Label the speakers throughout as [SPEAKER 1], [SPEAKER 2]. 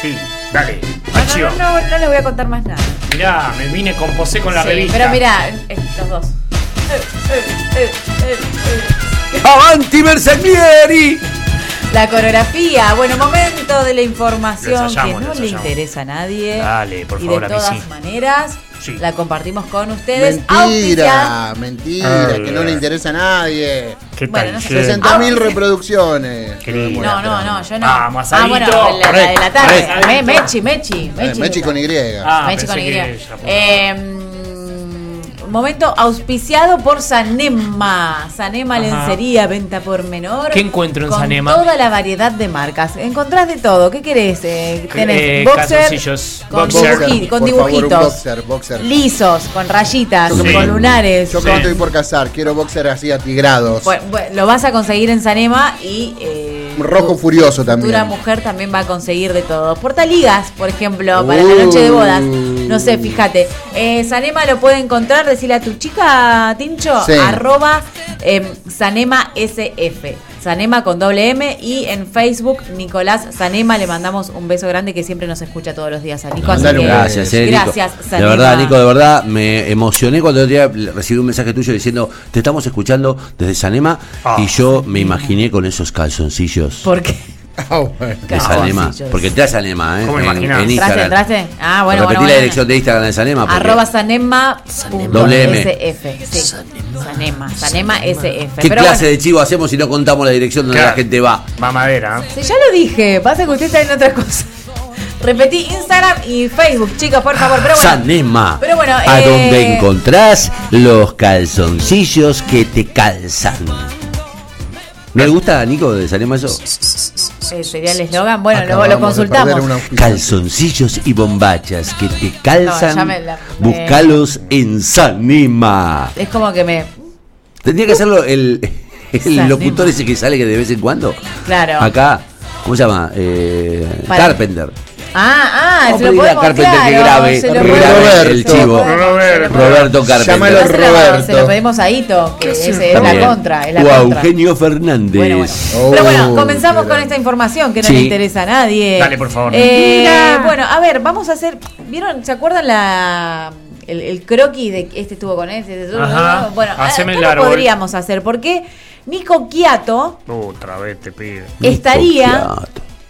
[SPEAKER 1] Sí, dale,
[SPEAKER 2] No,
[SPEAKER 1] acción.
[SPEAKER 2] no, no, no, no les voy a contar más nada.
[SPEAKER 1] Mirá, me vine, composé con la
[SPEAKER 2] Sí,
[SPEAKER 1] revista.
[SPEAKER 2] Pero mirá, eh, los dos. Eh, eh, eh, eh, eh.
[SPEAKER 3] ¡Avanti Bersaglieri!
[SPEAKER 2] La coreografía, bueno, momento de la información que
[SPEAKER 1] ensayamos, lo
[SPEAKER 2] no le
[SPEAKER 1] ensayamos.
[SPEAKER 2] interesa a nadie.
[SPEAKER 1] Dale, por
[SPEAKER 2] y
[SPEAKER 1] favor,
[SPEAKER 2] de
[SPEAKER 1] a mí
[SPEAKER 2] todas
[SPEAKER 1] sí.
[SPEAKER 2] maneras,
[SPEAKER 1] Sí.
[SPEAKER 2] la compartimos con ustedes. auspiciada-
[SPEAKER 4] Mentira, mentira, que no le interesa a nadie.
[SPEAKER 1] ¿Qué
[SPEAKER 2] Bueno,
[SPEAKER 1] tal?
[SPEAKER 2] no sé.
[SPEAKER 1] che?
[SPEAKER 4] 60.000 reproducciones.
[SPEAKER 1] Qué lindo.
[SPEAKER 2] No, no, no, yo no.
[SPEAKER 1] Vamos,
[SPEAKER 2] ah, bueno,
[SPEAKER 1] Alito.
[SPEAKER 2] la, la de la tarde.
[SPEAKER 1] Correcto.
[SPEAKER 2] Me- Mechi, Mechi,
[SPEAKER 4] Eh,
[SPEAKER 2] Mechi.
[SPEAKER 4] Mechi con Y.
[SPEAKER 1] Ah,
[SPEAKER 2] Mechi
[SPEAKER 1] pensé
[SPEAKER 2] con Y.
[SPEAKER 1] que ya apuntaba.
[SPEAKER 2] Eh, mm, momento auspiciado por Sanema. Sanema
[SPEAKER 1] Ajá.
[SPEAKER 2] Lencería, venta por menor.
[SPEAKER 1] ¿Qué encuentro en
[SPEAKER 2] con
[SPEAKER 1] Sanema?
[SPEAKER 2] Toda la variedad de marcas. Encontrás de todo. ¿Qué querés? Eh, tenés
[SPEAKER 1] Eh, calzoncillos.
[SPEAKER 2] boxer, con,
[SPEAKER 1] Boxer.
[SPEAKER 2] dibuji- con
[SPEAKER 4] Por favor, un
[SPEAKER 2] dibujitos.
[SPEAKER 4] boxer, boxer.
[SPEAKER 2] Lisos, con rayitas,
[SPEAKER 4] Yo que me-
[SPEAKER 2] con lunares.
[SPEAKER 4] Yo
[SPEAKER 1] Sí.
[SPEAKER 4] cuando estoy por casar, quiero boxer así atigrados.
[SPEAKER 2] Bueno, bueno, lo vas a conseguir en Sanema y. eh,
[SPEAKER 4] Un rojo
[SPEAKER 2] tu
[SPEAKER 4] furioso también.
[SPEAKER 2] Futura mujer también va a conseguir de todo. Portaligas, por ejemplo, para la noche de bodas. No
[SPEAKER 4] Uh.
[SPEAKER 2] sé, fíjate. Eh, Sanema lo puede encontrar, decirle a tu chica, Tincho,
[SPEAKER 4] Sí.
[SPEAKER 2] arroba eh, Sanema SF. Sanema con doble M y en Facebook Nicolás Sanema le mandamos un beso grande que siempre nos escucha todos los días a Nico. así
[SPEAKER 4] Dale un
[SPEAKER 2] que-
[SPEAKER 4] beso.
[SPEAKER 3] Gracias, eh, Nico.
[SPEAKER 2] Gracias,
[SPEAKER 3] De
[SPEAKER 2] Sanema.
[SPEAKER 3] verdad, Nico, de verdad, me emocioné cuando el otro día recibí un mensaje tuyo diciendo, te estamos escuchando desde Sanema,
[SPEAKER 1] Ah.
[SPEAKER 3] y yo me imaginé con esos calzoncillos
[SPEAKER 2] ¿Por qué?
[SPEAKER 4] Ah, bueno.
[SPEAKER 3] de Sanema.
[SPEAKER 2] Calzoncillos.
[SPEAKER 3] Porque te Sanema, ¿eh?
[SPEAKER 1] ¿Cómo me
[SPEAKER 3] en,
[SPEAKER 1] imaginás?
[SPEAKER 3] en
[SPEAKER 2] ¿Entraste,
[SPEAKER 3] Instagram.
[SPEAKER 2] entraste? Ah, bueno,
[SPEAKER 3] Repetí
[SPEAKER 2] bueno.
[SPEAKER 3] la
[SPEAKER 2] bueno.
[SPEAKER 3] dirección de Instagram de Sanema. porque-
[SPEAKER 2] Arroba Sanema.
[SPEAKER 3] pues Doble M.
[SPEAKER 2] SF. Sí. Sanema. Sanema SF.
[SPEAKER 3] ¿Qué
[SPEAKER 2] Pero
[SPEAKER 3] clase
[SPEAKER 2] bueno,
[SPEAKER 3] de chivo hacemos si no contamos la dirección donde la
[SPEAKER 1] Claro.
[SPEAKER 3] gente va?
[SPEAKER 1] Mamadera. ¿eh?
[SPEAKER 2] Sí, ya lo dije. Pasa que usted está en otra cosa. Repetí Instagram y Facebook, chicos, por favor. Pero bueno.
[SPEAKER 3] Sanema,
[SPEAKER 2] Pero bueno,
[SPEAKER 3] a
[SPEAKER 2] eh,
[SPEAKER 3] donde encontrás los calzoncillos que te calzan. ¿No le gusta, Nico, de Sanema eso?
[SPEAKER 2] eh, sería el eslogan. Bueno, luego
[SPEAKER 4] Acabamos
[SPEAKER 2] lo
[SPEAKER 4] de perder
[SPEAKER 2] consultamos.
[SPEAKER 4] un auspicio.
[SPEAKER 3] Calzoncillos y bombachas que te calzan.
[SPEAKER 2] No, ya me la-
[SPEAKER 3] Buscalos en Sanema.
[SPEAKER 2] Es como que me.
[SPEAKER 3] Tendría que hacerlo el, el
[SPEAKER 2] Sanema.
[SPEAKER 3] locutor ese que sale que de vez en cuando.
[SPEAKER 2] Claro.
[SPEAKER 3] Acá, ¿cómo se llama? Eh,
[SPEAKER 2] Para-
[SPEAKER 3] Carpenter.
[SPEAKER 2] Ah, ah,
[SPEAKER 3] Vamos
[SPEAKER 2] se
[SPEAKER 3] a
[SPEAKER 2] lo
[SPEAKER 3] pedirle a
[SPEAKER 2] podemos
[SPEAKER 3] Carpenter que
[SPEAKER 2] claro,
[SPEAKER 3] grabe-
[SPEAKER 2] se lo
[SPEAKER 3] que
[SPEAKER 2] podemos-
[SPEAKER 4] grabe el
[SPEAKER 2] se lo
[SPEAKER 3] chivo.
[SPEAKER 2] podemos- se lo podemos-
[SPEAKER 3] Roberto
[SPEAKER 4] Llámalo
[SPEAKER 3] Carpenter.
[SPEAKER 2] Se lo- Se lo
[SPEAKER 4] Roberto.
[SPEAKER 2] pedimos a Ito, que ese es la
[SPEAKER 3] También.
[SPEAKER 2] contra. Es la
[SPEAKER 3] o a
[SPEAKER 2] contra.
[SPEAKER 3] Eugenio Fernández.
[SPEAKER 2] Bueno, bueno. Pero
[SPEAKER 4] Oh,
[SPEAKER 2] bueno, comenzamos
[SPEAKER 4] mira.
[SPEAKER 2] con esta información que no
[SPEAKER 3] Sí.
[SPEAKER 2] le interesa a nadie.
[SPEAKER 1] Dale, por favor.
[SPEAKER 2] Eh, bueno, a ver, vamos a hacer. ¿Vieron? ¿Se acuerdan la.? El, el croquis de que este estuvo con este, este estuvo
[SPEAKER 1] Ajá.
[SPEAKER 2] con otro? Bueno,
[SPEAKER 1] Haceme
[SPEAKER 2] ¿qué
[SPEAKER 1] el
[SPEAKER 2] lo
[SPEAKER 1] árbol.
[SPEAKER 2] podríamos hacer? Porque Nico Quiato
[SPEAKER 1] Otra vez te pide.
[SPEAKER 3] Nico
[SPEAKER 2] estaría
[SPEAKER 3] Chiato.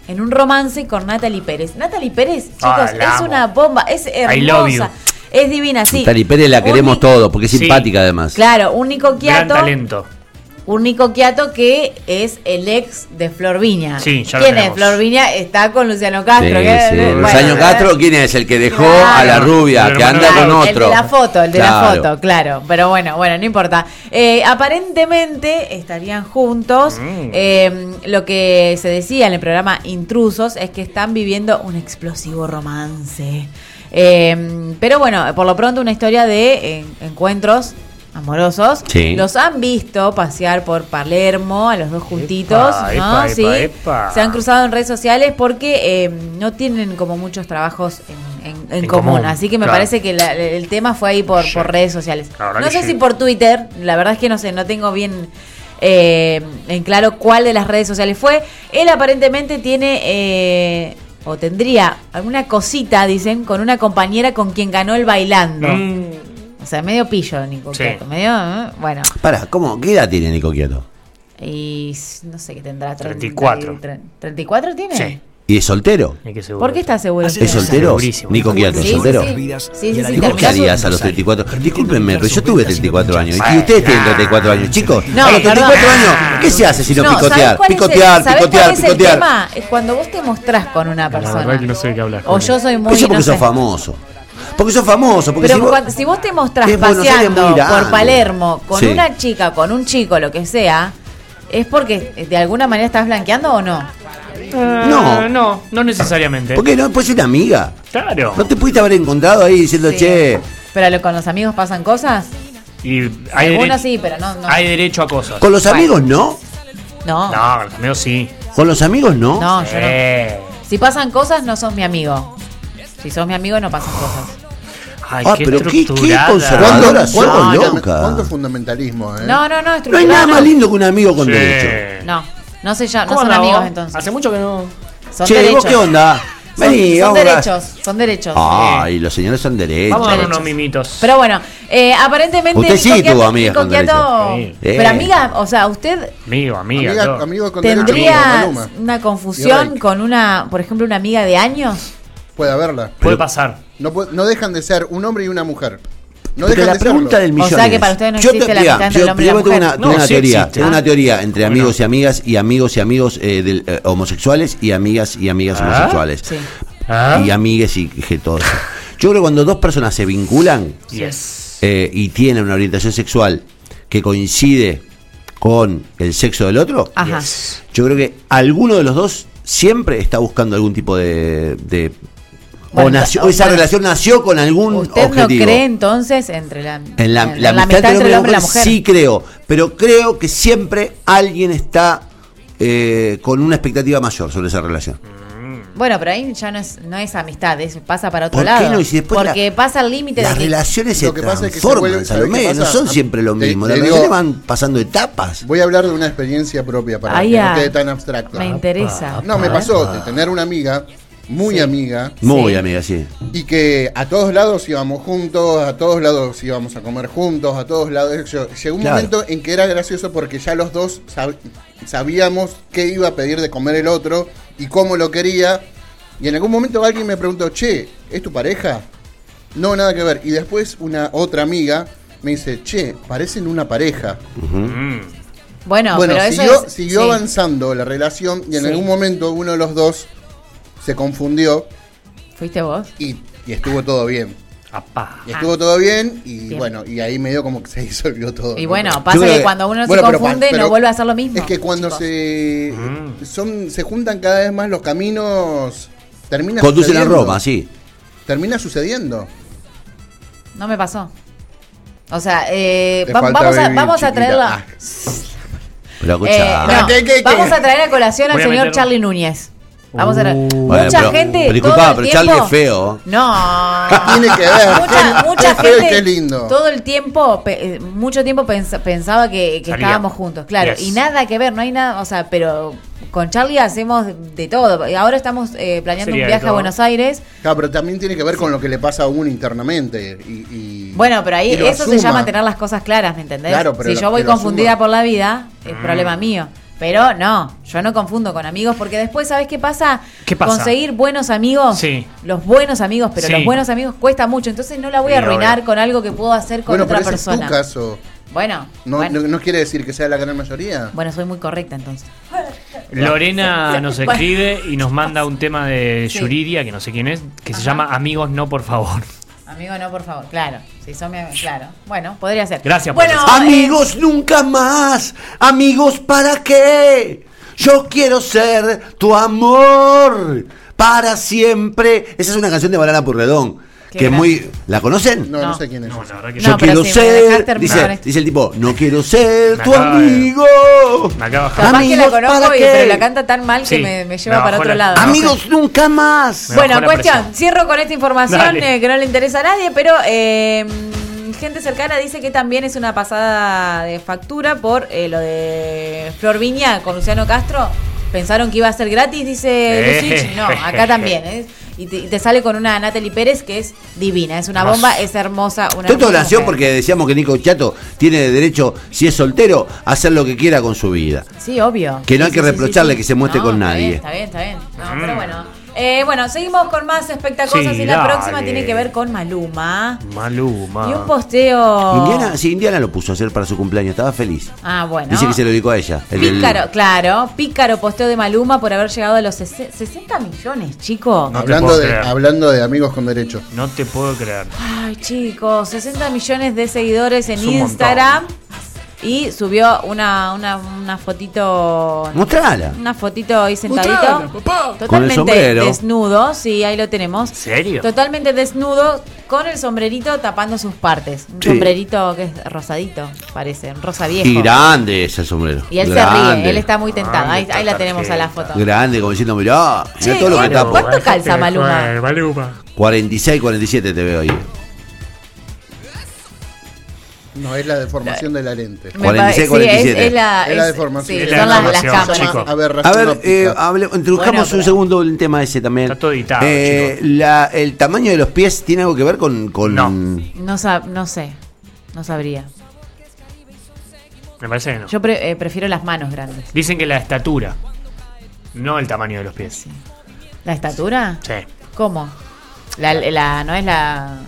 [SPEAKER 2] en un romance con Natalie Pérez. Natalie Pérez, chicos,
[SPEAKER 1] Ah, la
[SPEAKER 2] es
[SPEAKER 1] amo.
[SPEAKER 2] una bomba, es
[SPEAKER 1] love you.
[SPEAKER 2] hermosa, es divina, sí.
[SPEAKER 3] Tali Pérez la
[SPEAKER 2] Un
[SPEAKER 3] queremos
[SPEAKER 2] Ni-
[SPEAKER 3] todo porque es
[SPEAKER 1] Sí.
[SPEAKER 3] simpática además.
[SPEAKER 2] Claro, un Nico
[SPEAKER 1] Gran
[SPEAKER 2] Quiato.
[SPEAKER 1] talento.
[SPEAKER 2] Un Nico Quiato que es el ex de Flor Viña.
[SPEAKER 1] Sí, ya lo
[SPEAKER 2] ¿Quién es
[SPEAKER 1] tenemos.
[SPEAKER 2] Flor Viña? Está con Luciano Castro.
[SPEAKER 3] Sí,
[SPEAKER 2] que-
[SPEAKER 3] sí.
[SPEAKER 2] bueno,
[SPEAKER 3] Luciano
[SPEAKER 2] eh,
[SPEAKER 3] Castro, ¿quién es? El que dejó
[SPEAKER 2] Claro.
[SPEAKER 3] a la rubia,
[SPEAKER 1] El
[SPEAKER 3] que anda
[SPEAKER 1] hermano
[SPEAKER 3] con
[SPEAKER 1] de-
[SPEAKER 3] otro.
[SPEAKER 2] El de la foto, el de
[SPEAKER 3] Claro.
[SPEAKER 2] la foto, claro. Pero bueno, bueno, no importa. Eh, aparentemente estarían juntos.
[SPEAKER 1] Mm.
[SPEAKER 2] Eh, lo que se decía en el programa Intrusos es que están viviendo un explosivo romance. Eh, pero bueno, por lo pronto una historia de eh, encuentros amorosos.
[SPEAKER 3] Sí.
[SPEAKER 2] Los han visto pasear por Palermo a los dos juntitos,
[SPEAKER 1] Epa,
[SPEAKER 2] ¿no?
[SPEAKER 1] epa,
[SPEAKER 2] Sí.
[SPEAKER 1] epa, epa.
[SPEAKER 2] Se han cruzado en redes sociales porque eh, no tienen como muchos trabajos en, en- en
[SPEAKER 1] En
[SPEAKER 2] común.
[SPEAKER 1] común,
[SPEAKER 2] Así que me
[SPEAKER 1] claro.
[SPEAKER 2] parece que la- el tema fue ahí por,
[SPEAKER 1] Sí.
[SPEAKER 2] por redes sociales.
[SPEAKER 1] La verdad
[SPEAKER 2] No
[SPEAKER 1] que
[SPEAKER 2] sé
[SPEAKER 1] sí.
[SPEAKER 2] si por Twitter, la verdad es que no sé, no tengo bien eh, en claro cuál de las redes sociales fue. Él aparentemente tiene eh, o tendría alguna cosita, dicen, con una compañera con quien ganó el bailando.
[SPEAKER 1] Mm.
[SPEAKER 2] O sea, medio pillo, Nico.
[SPEAKER 1] Sí.
[SPEAKER 2] Quiato, Medio, eh, bueno,
[SPEAKER 3] Pará, ¿cómo? ¿Qué edad tiene Nico Quieto?
[SPEAKER 2] y s- no sé qué tendrá.
[SPEAKER 1] 34.
[SPEAKER 2] 34 tiene.
[SPEAKER 1] Sí.
[SPEAKER 3] ¿Y es soltero?
[SPEAKER 1] Hay que seguro.
[SPEAKER 2] ¿Por qué está seguro?
[SPEAKER 3] ¿Es
[SPEAKER 2] usted?
[SPEAKER 3] soltero?
[SPEAKER 1] Segurísimo.
[SPEAKER 3] Nico Quieto, ¿es
[SPEAKER 2] Sí, sí,
[SPEAKER 3] soltero?
[SPEAKER 2] sí. Sí, sí, sí,
[SPEAKER 3] ¿Y vos qué
[SPEAKER 2] terminás un-
[SPEAKER 3] harías a los 34? Discúlpenme, pero yo tuve 34 años. Y ustedes tienen 34 años. Chicos,
[SPEAKER 2] No,
[SPEAKER 3] a los 34
[SPEAKER 2] perdón.
[SPEAKER 3] años, ¿qué se hace si no,
[SPEAKER 2] ¿sabés
[SPEAKER 3] picotear?
[SPEAKER 2] cuál es el-
[SPEAKER 3] Picotear,
[SPEAKER 2] ¿sabés
[SPEAKER 3] picotear,
[SPEAKER 2] cuál es el
[SPEAKER 3] picotear.
[SPEAKER 2] tema? Es cuando vos te mostrás con una persona.
[SPEAKER 1] verdad que no sé de qué hablas,
[SPEAKER 2] O
[SPEAKER 1] Juli.
[SPEAKER 2] yo soy muy.
[SPEAKER 3] Eso porque
[SPEAKER 2] no
[SPEAKER 3] sos
[SPEAKER 2] sé.
[SPEAKER 3] famoso. Porque sos famoso. Porque
[SPEAKER 2] Pero
[SPEAKER 3] si vos-
[SPEAKER 2] cuando- si vos te mostrás
[SPEAKER 3] Es Buenos Aires
[SPEAKER 2] paseando
[SPEAKER 3] muy grande.
[SPEAKER 2] por Palermo con
[SPEAKER 3] Sí.
[SPEAKER 2] una chica, con un chico, lo que sea, es porque eh, de alguna manera estás blanqueando o no.
[SPEAKER 3] No.
[SPEAKER 1] no, Eh, no, no necesariamente.
[SPEAKER 3] ¿Por qué no? Pues una amiga.
[SPEAKER 1] Claro.
[SPEAKER 3] ¿No te pudiste haber encontrado ahí diciendo,
[SPEAKER 2] Sí.
[SPEAKER 3] che,
[SPEAKER 2] Pero lo- con los amigos pasan cosas.
[SPEAKER 1] Y hay,
[SPEAKER 3] Eh,
[SPEAKER 2] Algunos
[SPEAKER 1] dere-
[SPEAKER 2] sí, pero no. No,
[SPEAKER 1] hay derecho a cosas.
[SPEAKER 3] con los
[SPEAKER 2] Bueno.
[SPEAKER 3] amigos no?
[SPEAKER 2] no, no,
[SPEAKER 1] No, los amigos sí.
[SPEAKER 3] ¿Con los amigos no?
[SPEAKER 2] yo no.
[SPEAKER 1] Eh.
[SPEAKER 2] Si pasan cosas, no sos mi amigo. Si sos mi amigo, no pasan cosas.
[SPEAKER 1] Ay,
[SPEAKER 3] Ah,
[SPEAKER 1] qué
[SPEAKER 3] pero qué- qué
[SPEAKER 1] estructurada.
[SPEAKER 3] conservador.
[SPEAKER 4] ¿Cuánto,
[SPEAKER 3] Ahora
[SPEAKER 4] cuánto-
[SPEAKER 3] somos
[SPEAKER 4] cuánto-
[SPEAKER 3] locas.
[SPEAKER 4] cuánto fundamentalismo, eh?
[SPEAKER 2] No, no, no,
[SPEAKER 3] No hay
[SPEAKER 2] estructural,
[SPEAKER 3] nada
[SPEAKER 2] no.
[SPEAKER 3] más lindo que un amigo con
[SPEAKER 1] Sí.
[SPEAKER 3] derecho.
[SPEAKER 2] No, no se llama- no
[SPEAKER 1] ¿Cómo
[SPEAKER 2] son
[SPEAKER 1] andás
[SPEAKER 2] amigos
[SPEAKER 1] vos?
[SPEAKER 2] entonces.
[SPEAKER 1] Hace mucho que no.
[SPEAKER 2] Son
[SPEAKER 3] Che, ¿vos
[SPEAKER 2] derechos.
[SPEAKER 3] qué onda?
[SPEAKER 2] son
[SPEAKER 3] Vení, vamos a- Ah.
[SPEAKER 2] derechos, son derechos.
[SPEAKER 3] Ay, los señores son derechos.
[SPEAKER 1] Vamos a dar
[SPEAKER 2] derechos.
[SPEAKER 1] unos mimitos.
[SPEAKER 2] Pero bueno, eh, aparentemente.
[SPEAKER 3] Usted sí
[SPEAKER 2] Nico
[SPEAKER 3] tuvo
[SPEAKER 2] Quiato-
[SPEAKER 3] amigas
[SPEAKER 2] Nico
[SPEAKER 3] con derechos.
[SPEAKER 2] Quiato-
[SPEAKER 1] Sí.
[SPEAKER 3] Eh.
[SPEAKER 2] Pero amiga, o sea, usted
[SPEAKER 1] amigo, amiga.
[SPEAKER 4] Amiga,
[SPEAKER 1] todo.
[SPEAKER 4] amigo con derecho
[SPEAKER 2] tendría
[SPEAKER 4] como Maluma.
[SPEAKER 2] una
[SPEAKER 4] Y
[SPEAKER 2] confusión
[SPEAKER 4] Rake.
[SPEAKER 2] con una, por ejemplo, una amiga de años.
[SPEAKER 4] Puede haberla.
[SPEAKER 1] Puede pasar.
[SPEAKER 4] No, pu- no dejan de ser un hombre y una mujer. No
[SPEAKER 3] Pero
[SPEAKER 4] dejan
[SPEAKER 3] la
[SPEAKER 4] de serlo.
[SPEAKER 3] pregunta del
[SPEAKER 2] O
[SPEAKER 3] millón.
[SPEAKER 2] sea que
[SPEAKER 3] es-
[SPEAKER 2] para ustedes no
[SPEAKER 3] yo te-
[SPEAKER 2] existe la
[SPEAKER 3] mirá,
[SPEAKER 2] amistad entre
[SPEAKER 3] yo-
[SPEAKER 2] el hombre y
[SPEAKER 3] yo
[SPEAKER 2] la
[SPEAKER 3] tengo
[SPEAKER 2] mujer.
[SPEAKER 3] una, tengo
[SPEAKER 1] No,
[SPEAKER 3] una
[SPEAKER 1] sí
[SPEAKER 3] teoría,
[SPEAKER 1] existe.
[SPEAKER 3] tengo una
[SPEAKER 1] Ah.
[SPEAKER 3] teoría entre
[SPEAKER 1] Bueno.
[SPEAKER 3] amigos y amigas y amigos y amigos eh, del- eh, homosexuales y amigas y amigas
[SPEAKER 1] Ah.
[SPEAKER 3] homosexuales.
[SPEAKER 2] Sí.
[SPEAKER 1] Ah.
[SPEAKER 3] Y amigues y que todo eso. Yo creo que cuando dos personas se vinculan
[SPEAKER 1] Yes.
[SPEAKER 3] eh, y tienen una orientación sexual que coincide con el sexo del otro,
[SPEAKER 2] Ajá.
[SPEAKER 1] Yes.
[SPEAKER 3] yo creo que alguno de los dos siempre está buscando algún tipo de... de-
[SPEAKER 2] Bueno,
[SPEAKER 3] o nació-
[SPEAKER 2] o-
[SPEAKER 3] o esa
[SPEAKER 2] bueno.
[SPEAKER 3] relación nació con algún
[SPEAKER 2] ¿Usted
[SPEAKER 3] objetivo.
[SPEAKER 2] no cree entonces entre la,
[SPEAKER 3] En la,
[SPEAKER 2] en
[SPEAKER 3] la amistad,
[SPEAKER 2] entre el hombre y la mujer?
[SPEAKER 3] sí creo, pero creo que siempre alguien está eh, con una expectativa mayor sobre esa relación.
[SPEAKER 2] Bueno, pero ahí ya no es, no es amistad, es, pasa para otro
[SPEAKER 3] ¿Por qué
[SPEAKER 2] lado.
[SPEAKER 3] no? Y si después
[SPEAKER 2] Porque
[SPEAKER 3] la-
[SPEAKER 2] pasa el límite de
[SPEAKER 3] Las
[SPEAKER 2] que-
[SPEAKER 3] relaciones se
[SPEAKER 4] Lo que pasa
[SPEAKER 3] transforman,
[SPEAKER 4] es que se vuelve- ¿sabes
[SPEAKER 3] Salomé,
[SPEAKER 4] qué
[SPEAKER 3] no
[SPEAKER 4] pasa?
[SPEAKER 3] son siempre lo
[SPEAKER 4] Te-
[SPEAKER 3] mismo.
[SPEAKER 4] te
[SPEAKER 3] Las
[SPEAKER 4] digo-
[SPEAKER 3] relaciones van pasando etapas.
[SPEAKER 4] Voy a hablar de una experiencia propia para
[SPEAKER 2] Ahí
[SPEAKER 4] que
[SPEAKER 2] a-
[SPEAKER 4] no quede tan abstracto.
[SPEAKER 2] me interesa.
[SPEAKER 4] No, me pasó de tener una amiga, muy amiga,
[SPEAKER 3] Muy
[SPEAKER 2] Sí.
[SPEAKER 3] amiga, sí.
[SPEAKER 4] y que a todos lados íbamos juntos, a todos lados íbamos a comer juntos, a todos lados. Yo- Llegó un
[SPEAKER 3] Claro.
[SPEAKER 4] momento en que era gracioso porque ya los dos sab- sabíamos qué iba a pedir de comer el otro y cómo lo quería. Y en algún momento alguien me preguntó, che, ¿es tu pareja? No, nada que ver. Y después una otra amiga me dice, che, parecen una pareja.
[SPEAKER 1] Mm,
[SPEAKER 2] Bueno,
[SPEAKER 4] bueno,
[SPEAKER 2] pero
[SPEAKER 4] siguió,
[SPEAKER 2] eso es-
[SPEAKER 4] siguió
[SPEAKER 2] sí.
[SPEAKER 4] avanzando la relación y en
[SPEAKER 2] Sí.
[SPEAKER 4] algún momento uno de los dos se confundió
[SPEAKER 2] ¿Fuiste vos?
[SPEAKER 4] y, y estuvo todo bien.
[SPEAKER 1] Apá.
[SPEAKER 4] Y estuvo todo bien y
[SPEAKER 2] Ah. Bien.
[SPEAKER 4] bueno, y ahí medio como que se disolvió todo.
[SPEAKER 2] Y
[SPEAKER 4] ¿no?
[SPEAKER 2] bueno,
[SPEAKER 4] Pero-
[SPEAKER 2] pasa
[SPEAKER 3] creo
[SPEAKER 2] que,
[SPEAKER 3] que-
[SPEAKER 2] cuando uno
[SPEAKER 4] Bueno,
[SPEAKER 2] se
[SPEAKER 4] pero pa-
[SPEAKER 2] confunde no
[SPEAKER 4] pero
[SPEAKER 2] vuelve a hacer lo mismo.
[SPEAKER 4] Es que cuando
[SPEAKER 2] chicos.
[SPEAKER 4] se
[SPEAKER 1] Mm.
[SPEAKER 4] son se juntan cada vez más los caminos termina
[SPEAKER 3] Conducen a
[SPEAKER 4] sucediendo.
[SPEAKER 3] Roma, sí.
[SPEAKER 4] Termina sucediendo.
[SPEAKER 2] No me pasó. O sea, eh,
[SPEAKER 4] Te
[SPEAKER 2] va-
[SPEAKER 4] falta
[SPEAKER 2] vamos, a,
[SPEAKER 4] baby,
[SPEAKER 2] vamos a
[SPEAKER 4] chiquita.
[SPEAKER 3] Ah,
[SPEAKER 2] traerla.
[SPEAKER 3] Pero
[SPEAKER 2] Eh,
[SPEAKER 3] escuchá.
[SPEAKER 2] no,
[SPEAKER 4] ¿Qué, qué, qué?
[SPEAKER 2] Vamos a traer a colación al
[SPEAKER 1] Voy a
[SPEAKER 2] señor
[SPEAKER 1] meterlo.
[SPEAKER 2] Charlie Núñez. Vamos a traer.
[SPEAKER 1] Uh.
[SPEAKER 3] Bueno,
[SPEAKER 2] mucha
[SPEAKER 3] pero-
[SPEAKER 2] gente.
[SPEAKER 3] pero
[SPEAKER 2] todo
[SPEAKER 3] disculpá,
[SPEAKER 2] el
[SPEAKER 3] pero Charlie
[SPEAKER 2] tiempo-
[SPEAKER 3] es feo.
[SPEAKER 2] No.
[SPEAKER 4] Tiene que ver.
[SPEAKER 2] Mucha,
[SPEAKER 4] Qué-
[SPEAKER 2] mucha
[SPEAKER 4] qué feo y
[SPEAKER 2] gente.
[SPEAKER 4] qué lindo.
[SPEAKER 2] Todo el tiempo, pe- eh, mucho tiempo pens- pensaba que, que
[SPEAKER 1] Salía.
[SPEAKER 2] estábamos juntos, claro.
[SPEAKER 1] Yes.
[SPEAKER 2] Y nada que ver, no hay nada. O sea, pero con Charlie hacemos de todo. Y Ahora estamos eh, planeando
[SPEAKER 1] Sería de
[SPEAKER 2] un viaje a
[SPEAKER 1] todo.
[SPEAKER 2] Buenos Aires.
[SPEAKER 4] Claro, pero también tiene que ver con lo que le pasa a uno internamente y, y-
[SPEAKER 2] Bueno, pero ahí
[SPEAKER 4] y lo
[SPEAKER 2] eso se
[SPEAKER 4] asuma.
[SPEAKER 2] llama tener las cosas claras, ¿me entendés?
[SPEAKER 4] Claro, pero
[SPEAKER 2] si
[SPEAKER 4] lo-
[SPEAKER 2] yo voy
[SPEAKER 4] que lo
[SPEAKER 2] confundida
[SPEAKER 4] asuma. Ah.
[SPEAKER 2] por la vida, es problema mío. Pero no, yo no confundo con amigos porque después, ¿sabes qué pasa?
[SPEAKER 1] ¿Qué pasa?
[SPEAKER 2] Conseguir buenos amigos,
[SPEAKER 1] Sí.
[SPEAKER 2] los buenos amigos, pero
[SPEAKER 1] Sí.
[SPEAKER 2] los buenos amigos cuesta mucho, entonces no la voy a
[SPEAKER 1] Sí,
[SPEAKER 2] arruinar
[SPEAKER 1] obvio.
[SPEAKER 2] con algo que puedo hacer con
[SPEAKER 4] Bueno,
[SPEAKER 2] otra
[SPEAKER 4] pero ese es
[SPEAKER 2] persona.
[SPEAKER 4] tu caso.
[SPEAKER 2] Bueno,
[SPEAKER 4] No,
[SPEAKER 2] bueno,
[SPEAKER 4] no- no quiere decir que sea la gran mayoría.
[SPEAKER 2] Bueno, soy muy correcta entonces.
[SPEAKER 1] Lorena nos
[SPEAKER 2] Bueno.
[SPEAKER 1] escribe y nos manda un tema de
[SPEAKER 2] Sí.
[SPEAKER 1] Yuridia, que no sé quién es, que se
[SPEAKER 2] Ajá.
[SPEAKER 1] llama Amigos no, por favor.
[SPEAKER 2] Amigo, no, por favor, claro. Si son mi ami- claro. Bueno, podría ser.
[SPEAKER 1] Gracias por
[SPEAKER 2] bueno,
[SPEAKER 1] eso.
[SPEAKER 2] eh,
[SPEAKER 3] Amigos nunca más. Amigos para qué. Yo quiero ser tu amor para siempre. Esa es una canción de Banana Purredón.
[SPEAKER 2] Qué
[SPEAKER 3] Que es
[SPEAKER 2] gran-
[SPEAKER 3] muy... ¿la conocen?
[SPEAKER 4] No, no,
[SPEAKER 2] No.
[SPEAKER 4] sé quién es.
[SPEAKER 1] No, la verdad que
[SPEAKER 3] Yo
[SPEAKER 2] No, pero
[SPEAKER 3] quiero
[SPEAKER 2] sí, me dejás
[SPEAKER 3] ser.
[SPEAKER 2] terminar con
[SPEAKER 3] Dice,
[SPEAKER 2] esto.
[SPEAKER 3] dice el tipo, no quiero ser
[SPEAKER 1] Me
[SPEAKER 3] tu
[SPEAKER 1] acaba de-
[SPEAKER 3] amigo.
[SPEAKER 1] me acaba de bajar.
[SPEAKER 2] Capaz que la
[SPEAKER 3] Amigos,
[SPEAKER 2] conozco,
[SPEAKER 3] ¿para
[SPEAKER 2] y,
[SPEAKER 3] qué?
[SPEAKER 2] pero la canta tan mal que
[SPEAKER 1] Sí,
[SPEAKER 2] me, me
[SPEAKER 1] me
[SPEAKER 2] lleva para
[SPEAKER 1] bajó
[SPEAKER 2] otro
[SPEAKER 1] la-
[SPEAKER 2] lado.
[SPEAKER 3] Amigos nunca más.
[SPEAKER 1] Me bajó
[SPEAKER 2] Bueno,
[SPEAKER 1] la
[SPEAKER 2] cuestión,
[SPEAKER 1] presión.
[SPEAKER 2] cierro con esta información
[SPEAKER 1] Dale.
[SPEAKER 2] eh, que no le interesa a nadie, pero eh, gente cercana dice que también es una pasada de factura por eh, lo de Flor Viña con Luciano Castro. Pensaron que iba a ser gratis, dice
[SPEAKER 1] Eh.
[SPEAKER 2] Lucich. No, acá también. ¿eh? Y, te, y te sale con una Natalie Pérez que es divina, es
[SPEAKER 1] Ah.
[SPEAKER 2] una bomba, es hermosa. Una
[SPEAKER 3] Todo esto
[SPEAKER 2] hermosa
[SPEAKER 3] nació
[SPEAKER 2] mujer.
[SPEAKER 3] porque decíamos que Nico Chato tiene derecho, si es soltero, a hacer lo que quiera con su vida.
[SPEAKER 2] Sí, obvio.
[SPEAKER 3] Que no hay
[SPEAKER 2] Sí,
[SPEAKER 3] que
[SPEAKER 2] sí, sí,
[SPEAKER 3] reprocharle
[SPEAKER 2] sí.
[SPEAKER 3] que se muestre
[SPEAKER 2] No,
[SPEAKER 3] con
[SPEAKER 2] está
[SPEAKER 3] nadie.
[SPEAKER 2] bien, Está bien, está bien. No, pero bueno. Eh, bueno, seguimos con más espectacosas
[SPEAKER 1] Mm. Sí,
[SPEAKER 2] y la
[SPEAKER 1] dale.
[SPEAKER 2] próxima tiene que ver con Maluma.
[SPEAKER 1] Maluma.
[SPEAKER 2] Y un posteo.
[SPEAKER 3] Ah. Indiana, sí, Indiana lo puso a hacer para su cumpleaños, estaba feliz.
[SPEAKER 2] Ah, bueno.
[SPEAKER 3] Dice que se lo dedicó a ella. el- el-
[SPEAKER 2] Pícaro, claro, pícaro posteo de Maluma por haber llegado a los sese- 60 millones, chicos.
[SPEAKER 1] No te
[SPEAKER 4] hablando,
[SPEAKER 1] puedo
[SPEAKER 4] de,
[SPEAKER 1] creer.
[SPEAKER 4] hablando de amigos con derecho.
[SPEAKER 1] No te puedo creer.
[SPEAKER 2] Ay, chicos, 60 millones de seguidores
[SPEAKER 1] Es
[SPEAKER 2] en
[SPEAKER 1] un montón.
[SPEAKER 2] Instagram. Y subió una, una, una fotito.
[SPEAKER 3] Mostrala.
[SPEAKER 2] Una fotito ahí sentadito.
[SPEAKER 3] Con el
[SPEAKER 2] Totalmente
[SPEAKER 3] sombrero.
[SPEAKER 2] desnudo, sí, ahí lo tenemos.
[SPEAKER 1] ¿En serio?
[SPEAKER 2] Totalmente desnudo, con el sombrerito tapando sus partes. Un
[SPEAKER 3] Sí.
[SPEAKER 2] sombrerito que es rosadito, parece, un rosa viejo.
[SPEAKER 3] Y grande ese sombrero.
[SPEAKER 2] Y él se
[SPEAKER 3] Grande.
[SPEAKER 2] ríe, él está muy tentado. Ahí,
[SPEAKER 1] Grande
[SPEAKER 2] ahí la
[SPEAKER 1] esta
[SPEAKER 2] tenemos a la
[SPEAKER 1] tarjeta.
[SPEAKER 2] foto.
[SPEAKER 3] Grande, como diciendo, mirá, mirá
[SPEAKER 2] Che,
[SPEAKER 3] todo lo que
[SPEAKER 2] Diego,
[SPEAKER 3] tapo.
[SPEAKER 2] ¿Cuánto calza Maluma?
[SPEAKER 1] Maluma.
[SPEAKER 3] 46, 47 te veo ahí.
[SPEAKER 4] No, es la deformación de la lente.
[SPEAKER 2] Me pare-
[SPEAKER 3] 46,
[SPEAKER 2] sí, es-
[SPEAKER 3] 47.
[SPEAKER 2] es, la,
[SPEAKER 4] Es la
[SPEAKER 2] es-
[SPEAKER 4] deformación.
[SPEAKER 2] sí,
[SPEAKER 1] Es la
[SPEAKER 2] son las, las
[SPEAKER 1] deformación,
[SPEAKER 2] cámaras.
[SPEAKER 1] chico.
[SPEAKER 3] A
[SPEAKER 4] Aberración
[SPEAKER 3] ver,
[SPEAKER 4] óptica.
[SPEAKER 3] eh, hable- introduzcamos
[SPEAKER 2] Bueno, pero-
[SPEAKER 3] un segundo el tema ese también.
[SPEAKER 1] Está todo editado,
[SPEAKER 3] Eh, la- ¿El tamaño de los pies tiene algo que ver con...? con-
[SPEAKER 1] No.
[SPEAKER 2] No, sab- no sé, no sabría.
[SPEAKER 1] Me parece que no.
[SPEAKER 2] Yo pre- eh, prefiero las manos grandes.
[SPEAKER 1] Dicen que la estatura, no el tamaño de los pies.
[SPEAKER 2] ¿La estatura?
[SPEAKER 1] Sí.
[SPEAKER 2] ¿Cómo? La, la- ¿No es la,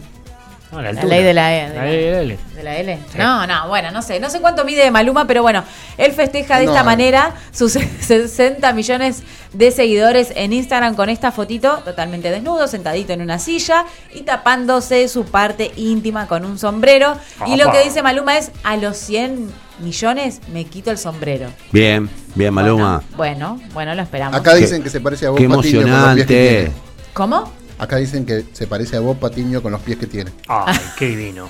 [SPEAKER 1] No,
[SPEAKER 2] la
[SPEAKER 1] altura.
[SPEAKER 2] ley de la, de
[SPEAKER 1] La
[SPEAKER 2] la-
[SPEAKER 1] ley de la L.
[SPEAKER 2] de la L?
[SPEAKER 1] Sí.
[SPEAKER 2] No, no, bueno, no sé. No sé cuánto mide Maluma, pero bueno, él festeja de
[SPEAKER 4] No,
[SPEAKER 2] esta
[SPEAKER 4] no.
[SPEAKER 2] manera sus 60 millones de seguidores en Instagram con esta fotito totalmente desnudo, sentadito en una silla y tapándose su parte íntima con un sombrero. Y lo
[SPEAKER 1] Opa.
[SPEAKER 2] que dice Maluma es, a los 100 millones me quito el sombrero.
[SPEAKER 3] Bien, bien, Maluma.
[SPEAKER 2] Bueno, bueno, bueno, lo esperamos.
[SPEAKER 4] Acá
[SPEAKER 3] Qué-
[SPEAKER 4] dicen que se parece a vos,
[SPEAKER 3] Qué
[SPEAKER 4] Patiño, con los pies que
[SPEAKER 3] emocionante.
[SPEAKER 4] tiene.
[SPEAKER 2] ¿Cómo?
[SPEAKER 4] Acá dicen que se parece a vos, Patiño, con los pies que tiene.
[SPEAKER 1] Ay, qué divino.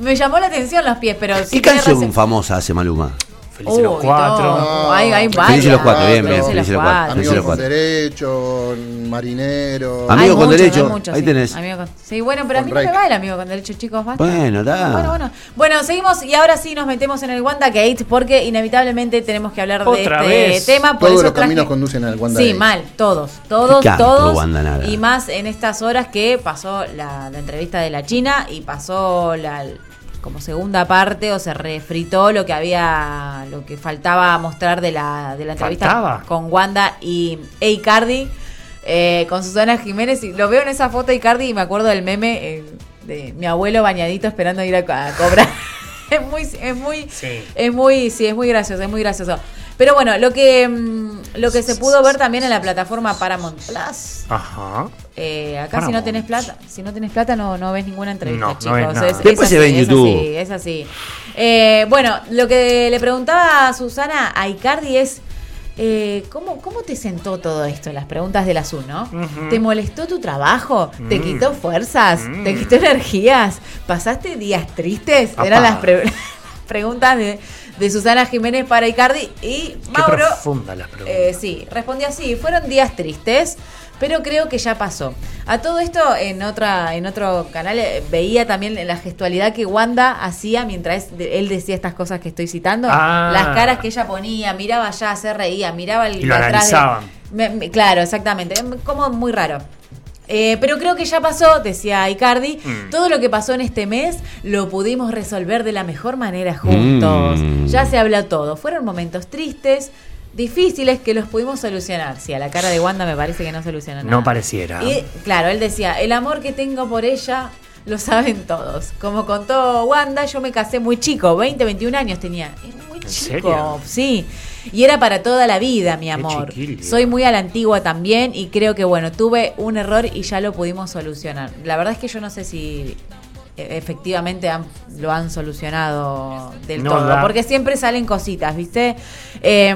[SPEAKER 2] Me llamó la atención los pies, pero...
[SPEAKER 3] ¿Qué
[SPEAKER 2] sí tiene
[SPEAKER 3] canción
[SPEAKER 2] razón.
[SPEAKER 3] famosa hace Maluma?
[SPEAKER 1] Felices
[SPEAKER 2] Uy,
[SPEAKER 1] los cuatro.
[SPEAKER 2] no, Hay, hay varias.
[SPEAKER 3] Felices los cuatro, bien,
[SPEAKER 4] bien,
[SPEAKER 2] Felices
[SPEAKER 4] felices
[SPEAKER 2] los
[SPEAKER 3] los
[SPEAKER 2] cuatro.
[SPEAKER 3] cuatro. Felices
[SPEAKER 4] Amigos
[SPEAKER 3] los
[SPEAKER 4] con
[SPEAKER 3] cuatro.
[SPEAKER 4] derecho, marinero.
[SPEAKER 3] Amigo
[SPEAKER 2] Hay Ah,
[SPEAKER 3] con
[SPEAKER 2] muchos,
[SPEAKER 3] derecho,
[SPEAKER 2] hay muchos,
[SPEAKER 3] ahí
[SPEAKER 2] sí.
[SPEAKER 3] tenés.
[SPEAKER 2] Amigo con- sí, bueno, pero a
[SPEAKER 4] Con
[SPEAKER 2] mí no me
[SPEAKER 4] Rake.
[SPEAKER 2] va el amigo con derecho, chicos, basta.
[SPEAKER 3] Bueno, da.
[SPEAKER 2] Bueno, bueno. Bueno, seguimos y ahora sí nos metemos en el WandaGate porque inevitablemente tenemos que hablar de
[SPEAKER 1] Otra
[SPEAKER 2] este
[SPEAKER 1] vez.
[SPEAKER 2] tema. Por
[SPEAKER 4] Todos
[SPEAKER 2] eso
[SPEAKER 4] los caminos
[SPEAKER 2] traje-
[SPEAKER 4] conducen al Wanda
[SPEAKER 2] Sí,
[SPEAKER 4] Gate.
[SPEAKER 2] mal, todos, todos,
[SPEAKER 3] Qué castro,
[SPEAKER 2] todos.
[SPEAKER 3] Wanda Nara.
[SPEAKER 2] Y más en estas horas que pasó la, la entrevista de la China y pasó la como segunda parte o se refritó lo que había, lo que faltaba mostrar de la, de la entrevista
[SPEAKER 1] ¿Faltaba?
[SPEAKER 2] con Wanda y e Icardi, eh, con Susana Jiménez. Y lo veo en esa foto de Icardi y me acuerdo del meme eh, de mi abuelo bañadito esperando ir a, co- a cobrar. es muy, es muy,
[SPEAKER 1] Sí.
[SPEAKER 2] es muy, sí, es muy gracioso, es muy gracioso. Pero bueno, lo que mm, lo que se pudo ver también en la plataforma Paramount Plus.
[SPEAKER 1] Ajá.
[SPEAKER 2] eh, acá si no
[SPEAKER 1] Paramount.
[SPEAKER 2] tenés plata, si no tenés plata no, no ves ninguna entrevista,
[SPEAKER 1] No, no
[SPEAKER 2] chicos.
[SPEAKER 1] ves nada.
[SPEAKER 2] Es- es
[SPEAKER 3] Después se
[SPEAKER 2] así,
[SPEAKER 3] ve en
[SPEAKER 2] es
[SPEAKER 3] YouTube.
[SPEAKER 2] así, es así. Eh, bueno, lo que le preguntaba a Susana a Icardi es eh, ¿cómo, ¿cómo te sentó todo esto? Las preguntas del azul, ¿no?
[SPEAKER 1] Ujú.
[SPEAKER 2] ¿Te molestó tu trabajo? ¿Te
[SPEAKER 1] Mm.
[SPEAKER 2] quitó fuerzas? ¿Te
[SPEAKER 1] Mm.
[SPEAKER 2] quitó energías? ¿Pasaste días tristes?
[SPEAKER 1] Apa.
[SPEAKER 2] Eran las pre- preguntas de, de Susana Jiménez para Icardi y
[SPEAKER 1] Qué
[SPEAKER 2] Mauro.
[SPEAKER 1] profunda las preguntas.
[SPEAKER 2] eh, sí, respondió así, fueron días tristes, pero creo que ya pasó. A todo esto en otra en otro canal eh, veía también la gestualidad que Wanda hacía mientras de- él decía estas cosas que estoy citando,
[SPEAKER 1] Ah.
[SPEAKER 2] las caras que ella ponía, miraba allá, se reía, miraba el
[SPEAKER 1] Y lo
[SPEAKER 2] atrás de-
[SPEAKER 1] analizaban.
[SPEAKER 2] me- me- claro, exactamente. em, Como muy raro. Eh, pero creo que ya pasó, decía Icardi.
[SPEAKER 1] Mm.
[SPEAKER 2] Todo lo que pasó en este mes lo pudimos resolver de la mejor manera juntos.
[SPEAKER 3] Mm.
[SPEAKER 2] Ya se habla todo. Fueron momentos tristes, difíciles, que los pudimos solucionar. Sí, a la cara de Wanda me parece que no solucionó nada.
[SPEAKER 1] No pareciera.
[SPEAKER 2] Y claro, él decía, el amor que tengo por ella lo saben todos. Como contó Wanda, yo me casé muy chico, 20, 21 años tenía. Era muy chico,
[SPEAKER 1] serio?
[SPEAKER 2] sí. Y era para toda la vida, mi amor.
[SPEAKER 1] chiquillo.
[SPEAKER 2] Soy muy a la antigua también y creo que, bueno, tuve un error y ya lo pudimos solucionar. La verdad es que yo no sé si eh, efectivamente han- lo han solucionado del
[SPEAKER 1] No
[SPEAKER 2] todo,
[SPEAKER 1] da.
[SPEAKER 2] porque siempre salen cositas, ¿viste? Eh,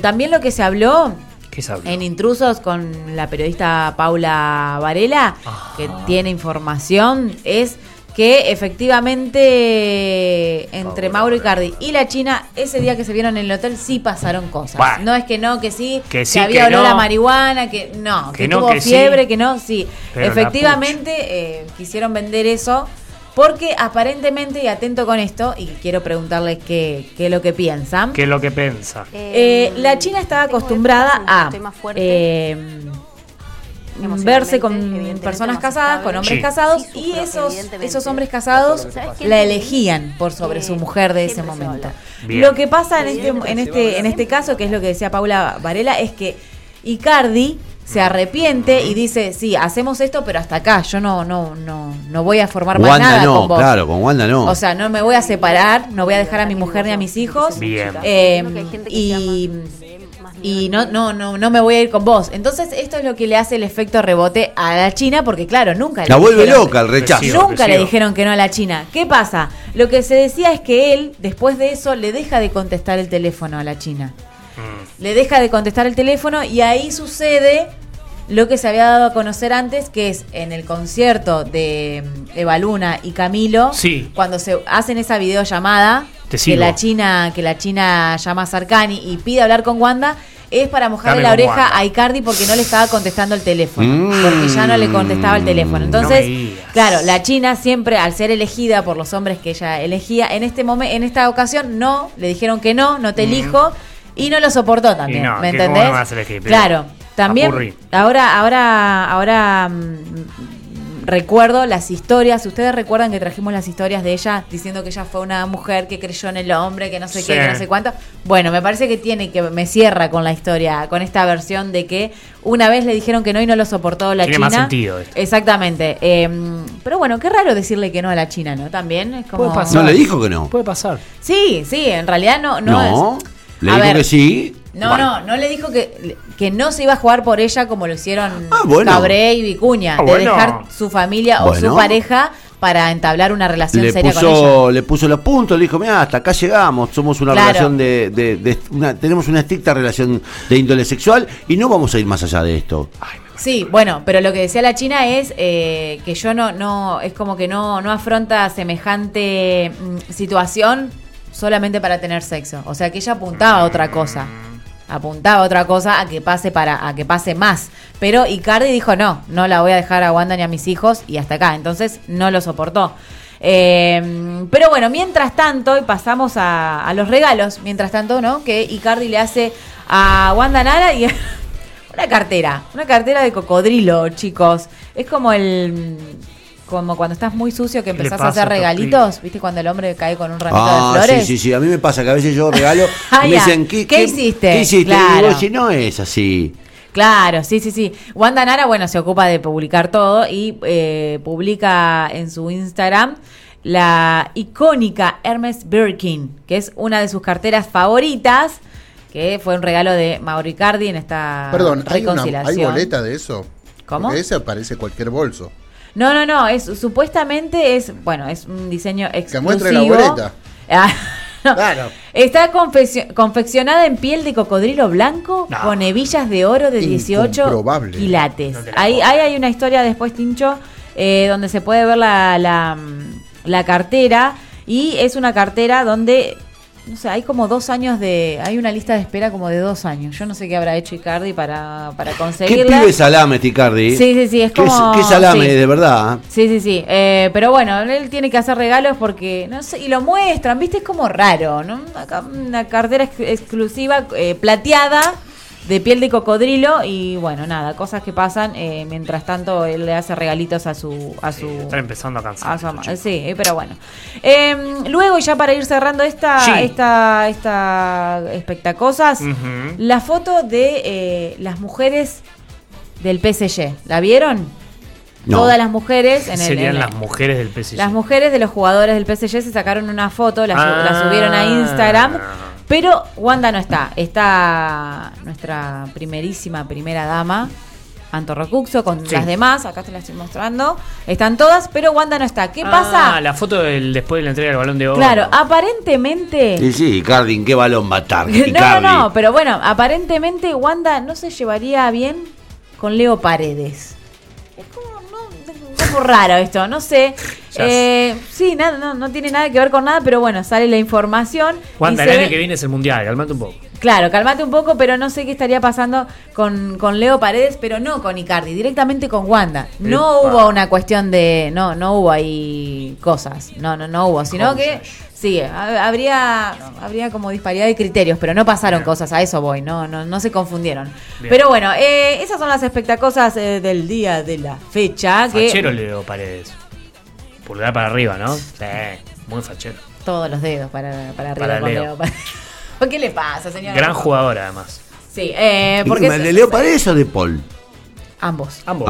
[SPEAKER 2] también lo que se habló
[SPEAKER 1] ¿Qué se habló?
[SPEAKER 2] en Intrusos con la periodista Paula Varela, que
[SPEAKER 1] Ah.
[SPEAKER 2] tiene información, es que efectivamente entre
[SPEAKER 1] Paula
[SPEAKER 2] Mauro Icardi y la China, ese día que se vieron en el hotel, sí pasaron cosas.
[SPEAKER 1] Bah.
[SPEAKER 2] No es que no, que sí,
[SPEAKER 1] Que sí,
[SPEAKER 2] había
[SPEAKER 1] que
[SPEAKER 2] olor a
[SPEAKER 1] no.
[SPEAKER 2] marihuana, que no, que,
[SPEAKER 1] Que no,
[SPEAKER 2] tuvo
[SPEAKER 1] que sí.
[SPEAKER 2] fiebre, que no, sí.
[SPEAKER 1] Pero la
[SPEAKER 2] efectivamente eh, quisieron vender eso. Porque aparentemente, y atento con esto, y quiero preguntarles qué, qué es lo que piensan.
[SPEAKER 1] ¿Qué es lo que piensa?
[SPEAKER 2] Eh, la China estaba
[SPEAKER 5] tengo
[SPEAKER 2] acostumbrada
[SPEAKER 5] depresión,
[SPEAKER 2] a
[SPEAKER 5] estoy más fuerte.
[SPEAKER 2] eh,
[SPEAKER 5] Emocionalmente,
[SPEAKER 2] verse con
[SPEAKER 5] evidentemente
[SPEAKER 2] personas
[SPEAKER 5] más
[SPEAKER 2] casadas,
[SPEAKER 5] estable.
[SPEAKER 2] con hombres
[SPEAKER 1] Sí.
[SPEAKER 2] casados,
[SPEAKER 5] Sí,
[SPEAKER 2] y
[SPEAKER 5] sufro,
[SPEAKER 2] esos,
[SPEAKER 5] evidentemente.
[SPEAKER 2] esos hombres casados
[SPEAKER 5] ¿Sabes qué?
[SPEAKER 2] la elegían por sobre
[SPEAKER 5] Sí,
[SPEAKER 2] su mujer de ese
[SPEAKER 5] siempre se
[SPEAKER 2] momento.
[SPEAKER 1] habla. Bien.
[SPEAKER 2] Lo que pasa en este,
[SPEAKER 5] Evidentemente
[SPEAKER 2] en,
[SPEAKER 5] se va
[SPEAKER 2] este,
[SPEAKER 5] a hablar.
[SPEAKER 2] en este caso, que es lo que decía Paula Varela, es que Icardi se
[SPEAKER 3] Mm.
[SPEAKER 2] arrepiente y dice, sí, hacemos esto, pero hasta acá, yo no, no, no, no voy a formar más
[SPEAKER 3] Wanda
[SPEAKER 2] nada
[SPEAKER 3] no,
[SPEAKER 2] con vos.
[SPEAKER 3] claro, con Wanda no.
[SPEAKER 2] O sea, no me voy a separar, no voy a dejar a mi mujer ni a mis hijos.
[SPEAKER 1] Bien.
[SPEAKER 2] Eh,
[SPEAKER 5] Creo que hay gente que
[SPEAKER 2] y
[SPEAKER 5] sea más-
[SPEAKER 2] y no, no, no, no me voy a ir con vos. Entonces, esto es lo que le hace el efecto rebote a la China, porque claro, nunca le
[SPEAKER 3] la vuelve
[SPEAKER 2] dijeron-
[SPEAKER 3] loca el rechazo.
[SPEAKER 1] Sí,
[SPEAKER 2] Nunca le
[SPEAKER 1] ofensivo.
[SPEAKER 2] dijeron que no a la China. ¿Qué pasa? Lo que se decía es que él, después de eso, le deja de contestar el teléfono a la China.
[SPEAKER 1] Mm.
[SPEAKER 2] Le deja de contestar el teléfono y ahí sucede lo que se había dado a conocer antes, que es en el concierto de mm, Eva Luna y Camilo,
[SPEAKER 1] Sí.
[SPEAKER 2] cuando se hacen esa videollamada,
[SPEAKER 1] Te
[SPEAKER 2] que
[SPEAKER 1] sigo.
[SPEAKER 2] la China, que la China llama a Sarkani y pide hablar con Wanda, es para
[SPEAKER 1] Dame
[SPEAKER 2] mojarle la
[SPEAKER 1] con
[SPEAKER 2] oreja
[SPEAKER 1] guanda.
[SPEAKER 2] a Icardi porque no le estaba contestando el teléfono.
[SPEAKER 3] Mm.
[SPEAKER 2] Porque ya no le contestaba el teléfono. Entonces,
[SPEAKER 1] Mm, No me digas.
[SPEAKER 2] claro, la China siempre, al ser elegida por los hombres que ella elegía, en este momento, en esta ocasión, no, le dijeron que no, no te elijo. Y no lo soportó también.
[SPEAKER 1] Y no,
[SPEAKER 2] ¿Me
[SPEAKER 1] que cómo
[SPEAKER 2] entendés?
[SPEAKER 1] no vas a elegir, pibe.
[SPEAKER 2] claro. También,
[SPEAKER 1] Apurri.
[SPEAKER 2] ahora, ahora, ahora mm, recuerdo las historias. Ustedes recuerdan que trajimos las historias de ella diciendo que ella fue una mujer que creyó en el hombre, que no sé qué,
[SPEAKER 1] Sí.
[SPEAKER 2] que no sé cuánto. Bueno, me parece que tiene que me cierra con la historia, con esta versión de que una vez le dijeron que no y no lo soportó la
[SPEAKER 1] Tiene
[SPEAKER 2] China.
[SPEAKER 1] más sentido esto.
[SPEAKER 2] Exactamente. Eh, pero bueno, qué raro decirle que no a la China, ¿no? También es como.
[SPEAKER 1] Puede pasar.
[SPEAKER 3] No le dijo que no.
[SPEAKER 1] Puede pasar.
[SPEAKER 2] Sí, sí. En realidad no. No.
[SPEAKER 3] No.
[SPEAKER 2] es-
[SPEAKER 3] Le
[SPEAKER 2] A
[SPEAKER 3] dijo
[SPEAKER 2] ver,
[SPEAKER 3] que sí.
[SPEAKER 2] no,
[SPEAKER 3] Bueno.
[SPEAKER 2] no, no le dijo que, que no se iba a jugar por ella como lo hicieron
[SPEAKER 3] Ah, bueno.
[SPEAKER 2] Cabré y Vicuña,
[SPEAKER 1] Ah,
[SPEAKER 2] de
[SPEAKER 1] bueno.
[SPEAKER 2] dejar su familia o
[SPEAKER 3] Bueno.
[SPEAKER 2] su pareja para entablar una relación
[SPEAKER 3] Le
[SPEAKER 2] seria con ella.
[SPEAKER 3] puso, le puso los puntos, le dijo, mira, hasta acá llegamos, somos una
[SPEAKER 2] Claro.
[SPEAKER 3] relación de, de- de- una- tenemos una estricta relación de índole sexual y no vamos a ir más allá de esto.
[SPEAKER 2] Sí, bueno, pero lo que decía la China es eh, que yo no, no, es como que no, no afronta semejante mm, situación solamente para tener sexo. O sea que ella apuntaba a otra cosa. Apuntaba a otra cosa a que pase para, a que pase más. Pero Icardi dijo no, no la voy a dejar a Wanda ni a mis hijos y hasta acá. Entonces no lo soportó. Eh, pero bueno, mientras tanto, y pasamos a, a los regalos, mientras tanto, ¿no? Que Icardi le hace a Wanda Nara y Una cartera, una cartera de cocodrilo, chicos. Es como el mm, como cuando estás muy sucio que
[SPEAKER 1] ¿Qué le
[SPEAKER 2] empezás a
[SPEAKER 1] pasa a
[SPEAKER 2] hacer
[SPEAKER 1] estos
[SPEAKER 2] regalitos, ¿viste cuando el hombre cae con un ramito de
[SPEAKER 3] Ah, sí,
[SPEAKER 2] flores?
[SPEAKER 3] sí, sí, a mí me pasa que a veces yo regalo
[SPEAKER 2] Ah,
[SPEAKER 3] y me
[SPEAKER 2] ya.
[SPEAKER 3] dicen, ¿qué,
[SPEAKER 2] ¿Qué hiciste?
[SPEAKER 3] ¿Qué hiciste?
[SPEAKER 2] Claro.
[SPEAKER 3] Y digo, "Oye, no es así.
[SPEAKER 2] Claro, sí, sí, sí. Wanda Nara, bueno, se ocupa de publicar todo y eh, publica en su Instagram la icónica Hermes Birkin, que es una de sus carteras favoritas, que fue un regalo de Mauricardi en esta
[SPEAKER 4] Perdón, ¿hay, una,
[SPEAKER 2] reconciliación.
[SPEAKER 4] ¿hay boleta de eso?
[SPEAKER 2] ¿Cómo?
[SPEAKER 4] Porque ese parece cualquier bolso.
[SPEAKER 2] No, no, no, es supuestamente es, bueno, es un diseño exclusivo.
[SPEAKER 4] muestre la boleta.
[SPEAKER 2] Ah, no.
[SPEAKER 4] Claro.
[SPEAKER 2] Está confeccio- confeccionada en piel de cocodrilo blanco
[SPEAKER 1] No.
[SPEAKER 2] con hebillas de oro de 18
[SPEAKER 4] Incomprobable.
[SPEAKER 2] quilates.
[SPEAKER 1] No te la
[SPEAKER 2] ahí,
[SPEAKER 1] puedo
[SPEAKER 2] ahí hay una historia después, Tincho, eh, donde se puede ver la, la, mm, la cartera y es una cartera donde... No sé, hay como dos años de. Hay una lista de espera como de dos años. Yo no sé qué habrá hecho Icardi para, para
[SPEAKER 3] ¿Qué
[SPEAKER 2] conseguirla.
[SPEAKER 3] pibe salame, Ticardi?
[SPEAKER 2] Sí, sí, sí, es
[SPEAKER 3] ¿Qué,
[SPEAKER 2] como-
[SPEAKER 3] qué salame,
[SPEAKER 2] sí.
[SPEAKER 3] de verdad?
[SPEAKER 2] Sí, sí, sí. Eh, pero bueno, él tiene que hacer regalos porque, no sé, y lo muestran, ¿viste? Es como raro, ¿no? Una, ca- una cartera ex- exclusiva eh, plateada de piel de cocodrilo y bueno, nada, cosas que pasan. eh, mientras tanto, él le hace regalitos a su... A su
[SPEAKER 1] Están empezando a cansar.
[SPEAKER 2] a su ama- sí, eh, pero bueno. Eh, luego, y ya para ir cerrando esta,
[SPEAKER 1] Sí.
[SPEAKER 2] esta, esta espectacosas,
[SPEAKER 1] Ujú.
[SPEAKER 2] la foto de eh, las mujeres del PSG. ¿La vieron?
[SPEAKER 3] No.
[SPEAKER 2] Todas las mujeres en el-
[SPEAKER 1] Serían
[SPEAKER 2] en el-
[SPEAKER 1] las mujeres del PSG.
[SPEAKER 2] las mujeres de los jugadores del PSG se sacaron una foto, la, su-
[SPEAKER 1] Ah.
[SPEAKER 2] la subieron a Instagram, pero Wanda no está. Está nuestra primerísima primera dama, Antorro Cuxo, con
[SPEAKER 1] Sí.
[SPEAKER 2] las demás, acá te las estoy mostrando. Están todas, pero Wanda no está. ¿Qué
[SPEAKER 1] Ah,
[SPEAKER 2] pasa?
[SPEAKER 1] la foto del, después de la entrega del balón de oro.
[SPEAKER 2] Claro, ah, aparentemente...
[SPEAKER 3] Y sí, Icardi, ¿en ¿qué balón va a estar?
[SPEAKER 2] No, no,
[SPEAKER 3] Icardi?
[SPEAKER 2] no, pero bueno, aparentemente Wanda no se llevaría bien con Leo Paredes. Es como, no, es como raro esto, no sé.
[SPEAKER 1] Ya
[SPEAKER 2] Eh, sí, nada, no, no tiene nada que ver con nada, pero bueno, sale la información. y
[SPEAKER 1] Wanda,
[SPEAKER 2] se
[SPEAKER 1] el año
[SPEAKER 2] ve-
[SPEAKER 1] que viene es el mundial, calmate un poco.
[SPEAKER 2] Claro, calmate un poco, pero no sé qué estaría pasando con, con Leo Paredes, pero no con Icardi, directamente con Wanda. No
[SPEAKER 1] Epa.
[SPEAKER 2] hubo una cuestión de. No, no hubo ahí cosas. No, no, no hubo. Sino que. Sí, ha- habría, habría como disparidad de criterios, pero no pasaron
[SPEAKER 1] Bien.
[SPEAKER 2] cosas, a eso voy, no, no, no se confundieron.
[SPEAKER 1] Bien.
[SPEAKER 2] Pero bueno, eh, esas son las espectacosas eh, del día de la fecha. Que
[SPEAKER 1] Fachero Leo Paredes. Pulgar para arriba, ¿no? Sí, muy fachero.
[SPEAKER 2] Todos los dedos para, para arriba
[SPEAKER 1] Para
[SPEAKER 2] con
[SPEAKER 1] Leo.
[SPEAKER 2] Leo Paredes. ¿Qué le pasa, señor?
[SPEAKER 1] Gran jugador, además.
[SPEAKER 2] Sí, eh, porque
[SPEAKER 3] ¿De Leo Paredes o de Paul?
[SPEAKER 2] ambos.
[SPEAKER 1] Ambos.